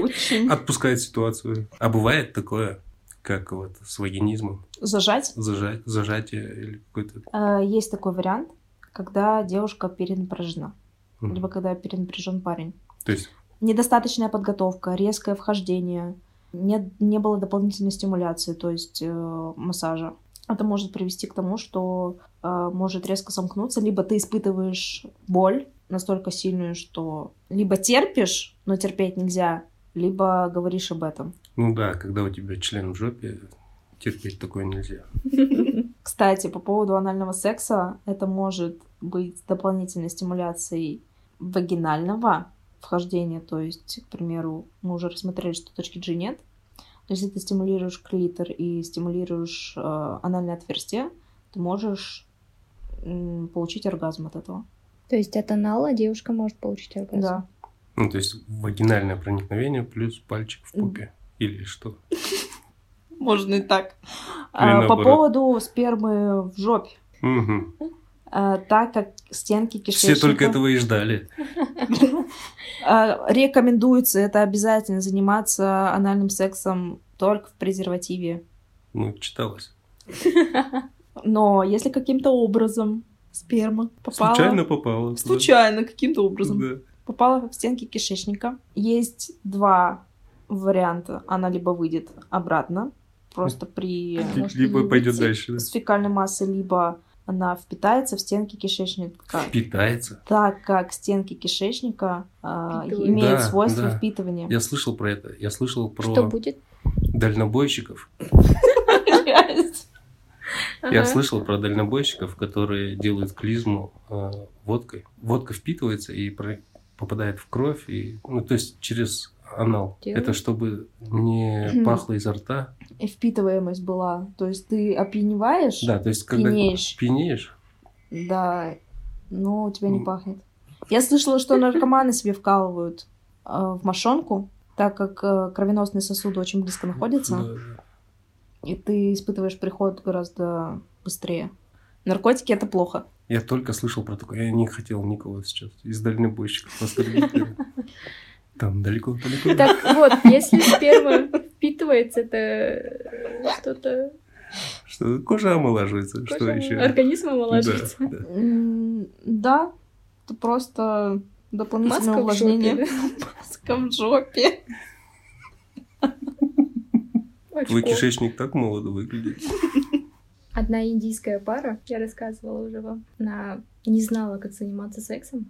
Очень. отпускает ситуацию. А бывает такое, как вот с вагинизмом, Зажать. зажа- зажатие или какой-то... Э, Есть такой вариант, когда девушка перенапряжена, Мгм. либо когда перенапряжен парень. То есть недостаточная подготовка, резкое вхождение, не, не было дополнительной стимуляции, то есть э, массажа. Это может привести к тому, что э, может резко сомкнуться, либо ты испытываешь боль настолько сильную, что либо терпишь, но терпеть нельзя, либо говоришь об этом. Ну да, когда у тебя член в жопе, терпеть такое нельзя. Кстати, по поводу анального секса, это может быть дополнительной стимуляцией вагинального вхождения, то есть, к примеру, мы уже рассмотрели, что точки G нет. Но Если ты стимулируешь клитор и стимулируешь э, анальное отверстие, ты можешь м, получить оргазм от этого. То есть от анала девушка может получить оргазм. Да. Ну, то есть вагинальное проникновение плюс пальчик в пупе. Или что? Можно и так. А, по наоборот. поводу спермы в жопе, Мгм. э, так как стенки Все кишечника... только этого и ждали. А, Рекомендуется это обязательно заниматься анальным сексом только в презервативе. Ну, читалось. Но если Если каким-то образом сперма попала... Случайно попало. туда. Случайно, каким-то образом. Да. попала в стенки кишечника, есть два варианта. Она либо выйдет обратно, просто при А может, Либо и пойдет идти. дальше. да. с фекальной массой, либо она впитается в стенки кишечника. Питается. Так как стенки кишечника а, Впитывает. имеют Да, свойство да. впитывания. Я слышал про это. Я слышал про Что будет? дальнобойщиков. Я Ага. слышал про дальнобойщиков, которые делают клизму э, водкой. Водка впитывается и про- попадает в кровь, и, ну, то есть через анал. Делают? Это чтобы не Мгм. пахло изо рта. И впитываемость была. То есть ты опьяневаешь, Да, то есть когда Пьянеешь. пьянеешь, Да, но у тебя не М. пахнет. Я слышала, что наркоманы себе вкалывают э, в мошонку, так как э, кровеносные сосуды очень близко находятся, да, да. и ты испытываешь приход гораздо быстрее. Наркотики это плохо. Я только слышал про такое. Я не хотел никого сейчас из дальнобойщиков оскорбить. Там далеко, далеко. Так вот, если сперма впитывается, это что-то... Что, кожа омолаживается. Что кожа- еще? Организм омолаживается. Да, да. М, Да, это просто Маска дополнительное в увлажнение. жопе, Маска в жопе. да? Твой Очко. кишечник так молодо выглядит. Одна индийская пара, я рассказывала уже вам, она не знала, как заниматься сексом.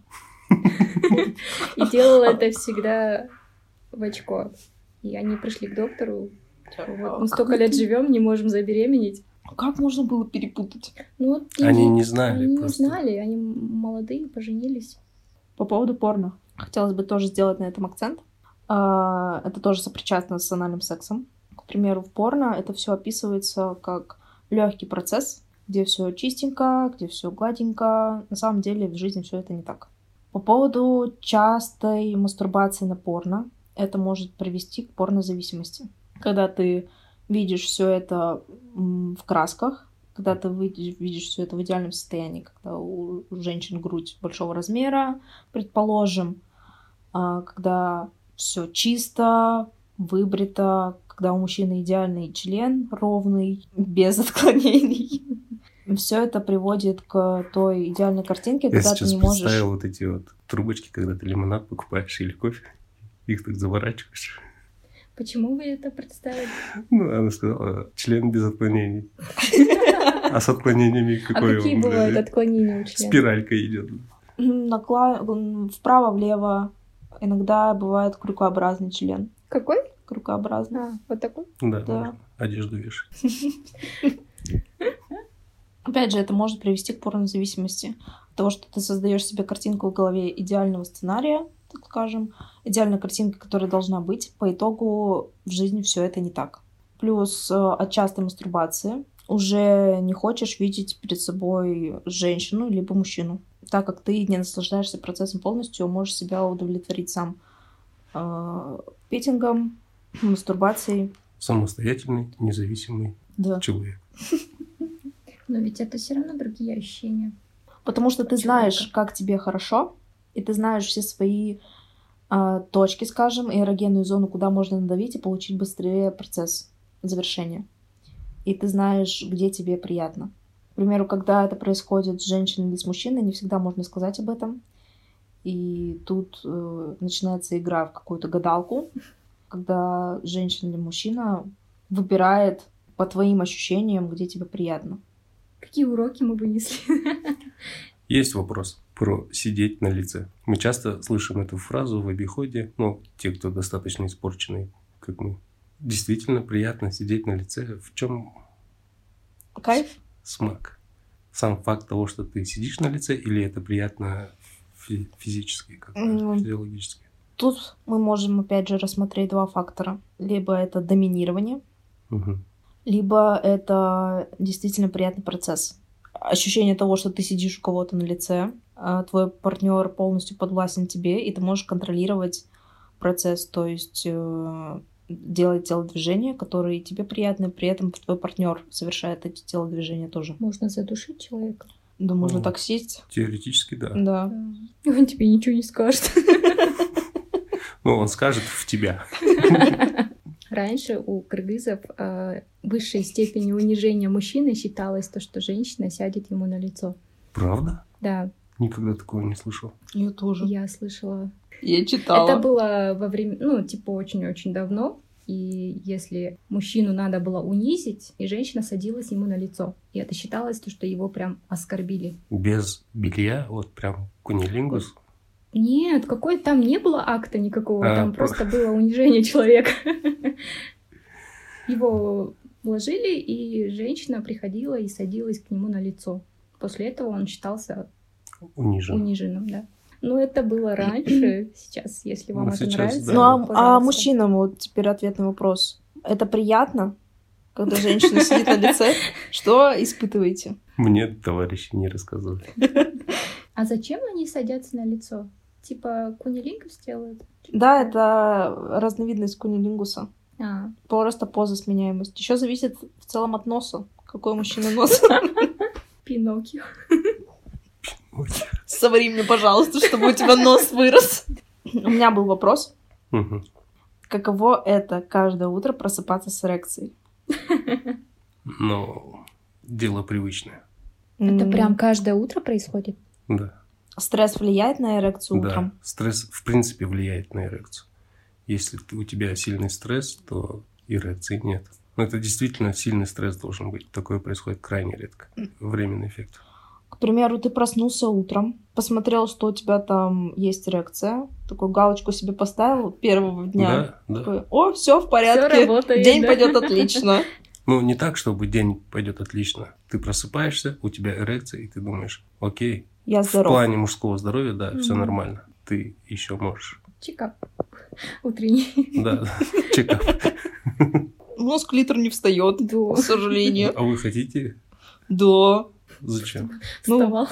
И делала это всегда в очко. И они пришли к доктору. типа, вот мы А, столько лет живем, не можем забеременеть. Как можно было перепутать? Ну, вот и Они не знали. они не просто. знали, они молодые, поженились. По поводу порно. Хотелось бы тоже сделать на этом акцент. А, Это тоже сопричастно с анальным сексом. К примеру, в порно это все описывается как легкий процесс, где все чистенько, где все гладенько. На самом деле в жизни все это не так. По поводу частой мастурбации на порно, это может привести к порнозависимости. Когда ты видишь все это м, в красках, когда ты выйди- видишь все это в идеальном состоянии, когда у у женщин грудь большого размера, предположим, а, когда все чисто, выбрито, когда у мужчины идеальный член, ровный, без отклонений. Все это приводит к той идеальной картинке, Я когда ты сейчас не можешь... представил вот эти вот трубочки, когда ты лимонад покупаешь или кофе, их так заворачиваешь. Почему вы это представили? Ну, она сказала, член без отклонений. А с отклонениями А какой какие он, бывают блядь, отклонения у члена? Спиралька идет. Накла... м, Вправо-влево. Иногда бывает крюкообразный член. Какой? Крюкообразный. А, вот такой? Да, Да. можно одежду вешать. Опять же, это может привести к порнозависимости. От того, что ты создаешь себе картинку в голове идеального сценария, так скажем, идеальная картинка, которая должна быть, по итогу в жизни все это не так. Плюс э, от частой мастурбации уже не хочешь видеть перед собой женщину либо мужчину, так как ты не наслаждаешься процессом полностью, можешь себя удовлетворить сам э, петингом, мастурбацией. Самостоятельный, независимый Да. человек. Но ведь это все равно другие ощущения. Потому что ты Человека. знаешь, как тебе хорошо, и ты знаешь все свои а, точки, скажем, эрогенную зону, куда можно надавить и получить быстрее процесс завершения. И ты знаешь, где тебе приятно. К примеру, когда это происходит с женщиной или с мужчиной, не всегда можно сказать об этом. И тут э, начинается игра в какую-то гадалку, когда женщина или мужчина выбирает по твоим ощущениям, где тебе приятно. Какие уроки мы вынесли? Есть вопрос про сидеть на лице. Мы часто слышим эту фразу в обиходе, ну, те, кто достаточно испорченные, как мы. Действительно приятно сидеть на лице. В чем Кайф? смак? Сам факт того, что ты сидишь на лице, или это приятно фи- физически, как М. физиологически? Тут мы можем, опять же, рассмотреть два фактора. Либо это доминирование, Мгм. либо это действительно приятный процесс. Ощущение того, что ты сидишь у кого-то на лице, а твой партнер полностью подвластен тебе, и ты можешь контролировать процесс, то есть э, делать телодвижения, которые тебе приятны, при этом твой партнер совершает эти телодвижения тоже. Можно задушить человека. Да, можно Мгм. так сесть. Теоретически, да. Да. Он тебе ничего не скажет. Но он скажет в тебя. Раньше у кыргызов э, высшей степени унижения мужчины считалось то, что женщина сядет ему на лицо. Правда? Да, Никогда такого не слышал. Я тоже. я слышала. Я читала. Это было во время, ну, типа, очень-очень давно. И если мужчину надо было унизить, и женщина садилась ему на лицо. И это считалось то, что его прям оскорбили. Без белья, вот прям кунилингус. Нет, какой там не было акта никакого, А, там про- просто было унижение человека. Его вложили, и женщина приходила и садилась к нему на лицо. После этого он считался Унижен. униженным, да. Но это было раньше, сейчас, если вам Ну, это сейчас, нравится. да. Ну а- а, пожалуйста. мужчинам вот теперь ответ на вопрос. Это приятно, когда женщина сидит на лице? Что испытываете? Мне товарищи не рассказывали. А зачем они садятся на лицо? Типа кунилингов сделают? Да, это разновидность кунилингуса. А, Просто поза сменяемость. Еще зависит в целом от носа. Какой у мужчины нос? Пиноккио. Соври мне, пожалуйста, чтобы у тебя нос вырос. У меня был вопрос. Мгм. Каково это каждое утро просыпаться с эрекцией? Но дело привычное. Это М, прям каждое утро происходит? Да. Стресс влияет на эрекцию да. утром? Стресс в принципе влияет на эрекцию. Если ты- у тебя сильный стресс, то эрекции нет. Но это действительно сильный стресс должен быть. Такое происходит крайне редко. Временный эффект. К примеру, ты проснулся утром, посмотрел, что у тебя там есть эрекция, такую галочку себе поставил первого дня. Да, да. Такой, О, все в Все порядке. работает. День да. пойдет отлично. Ну, не так, чтобы день пойдет отлично. Ты просыпаешься, у тебя эрекция, и ты думаешь, окей, Я в здоров. плане мужского здоровья, да, все Мгм. нормально. Ты еще можешь. Чикап. Утренний. Да, чекап. Нос клитор не встает, До. к сожалению. А вы хотите? Да. Зачем? Ну, Вставал.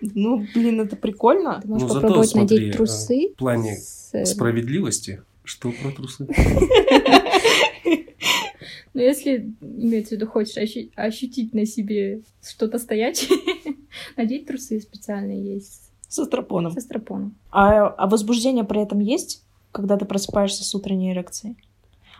Ну, блин, это прикольно. Ты можешь Ну, зато попробовать смотри, надеть а, трусы. в плане с, э, справедливости. Что про трусы? Ну, если, имеется в виду, хочешь ощу- ощутить на себе что-то стоячее, надеть трусы специальные есть С Ну. астропоном. со стропоном. А, а возбуждение при этом есть, когда ты просыпаешься с утренней эрекцией?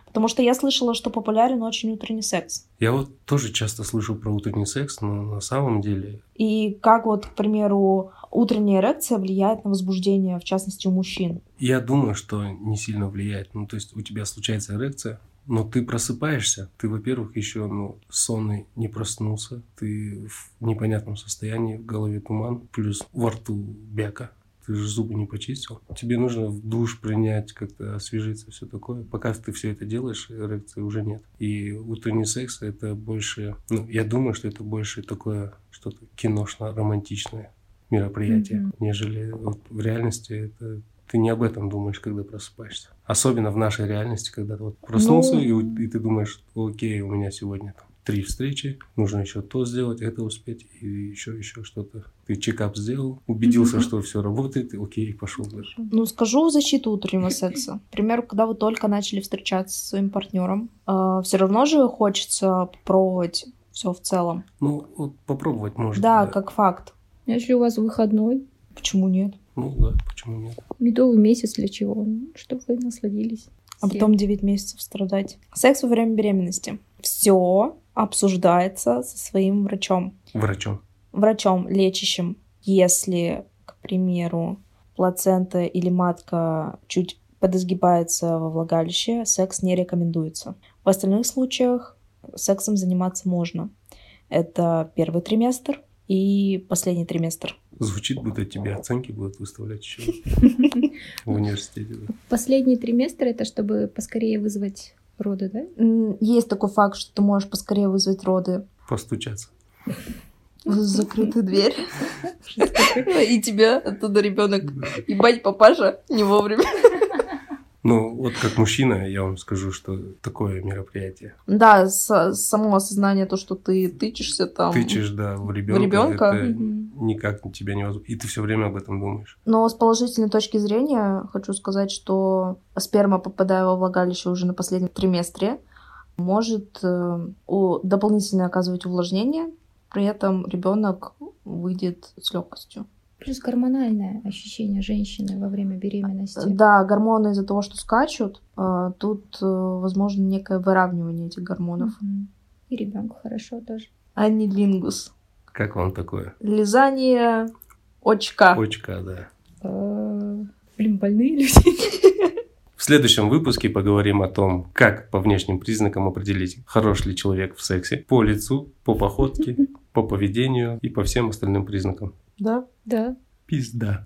Потому что я слышала, что популярен очень утренний секс. Я вот тоже часто слышу про утренний секс, но на самом деле И как вот, к примеру, утренняя эрекция влияет на возбуждение, в частности, у мужчин. я думаю, что не сильно влияет. Ну, то есть у тебя случается эрекция, но ты просыпаешься. Ты, во-первых, еще ну, сонный не проснулся. Ты в непонятном состоянии, в голове туман, плюс во рту бяка. Ты же зубы не почистил. Тебе нужно в душ принять, как-то освежиться, все такое. Пока ты все это делаешь, эрекции уже нет. И утренний секс это больше... Ну, я думаю, что это больше такое что-то киношно-романтичное мероприятие, Мгм. нежели вот в реальности это ты не об этом думаешь, когда просыпаешься. Особенно в нашей реальности, когда ты вот проснулся, Ну. и, у- и ты думаешь, окей, у меня сегодня там три встречи, нужно еще то сделать, это успеть, и еще, еще что-то. Ты чекап сделал, убедился, Мгм. что все работает, и окей, пошел дальше. Ну, скажу в защиту утреннего секса. К примеру, когда вы только начали встречаться со своим партнером, все равно же хочется попробовать все в целом. Ну, вот попробовать можно. да, как факт. А Если у вас выходной, Почему нет? Ну да, почему нет? медовый месяц для чего? Ну, Чтобы вы насладились. А всем. потом 9 месяцев страдать. Секс во время беременности. Все обсуждается со своим врачом. Врачом. врачом, лечащим, если, к примеру, плацента или матка чуть подозгибается во влагалище, секс не рекомендуется. В остальных случаях сексом заниматься можно. Это первый триместр и последний триместр. Звучит, будто тебе оценки будут выставлять еще в университете. да. Последний триместр это чтобы поскорее вызвать роды, да? М, Есть такой факт, что ты можешь поскорее вызвать роды Постучаться. в закрытую дверь. И тебя оттуда ребенок. Ебать, папаша, не вовремя. Ну, вот как мужчина, я вам скажу, что такое мероприятие. Да, с- само осознание то, что ты тычешься там. Тычешь, да, А в ребенка. ребёнка? Э. Мгм. никак тебя не воз- И ты все время об этом думаешь. Но с положительной точки зрения хочу сказать, что сперма, попадая во влагалище уже на последнем триместре, может э, у- дополнительно оказывать увлажнение, при этом ребенок выйдет с легкостью. Плюс гормональное ощущение женщины во время беременности. Да, гормоны из-за того, что скачут, э, тут э, возможно некое выравнивание этих гормонов. Мгм. И ребенку хорошо тоже. А не лингус. Как вам такое? Лизание очка. Очка, да. Э, Блин, больные люди. В следующем выпуске поговорим о том, как по внешним признакам определить, хорош ли человек в сексе. По лицу, по походке, по поведению и по всем остальным признакам. Да? Да. Пизда.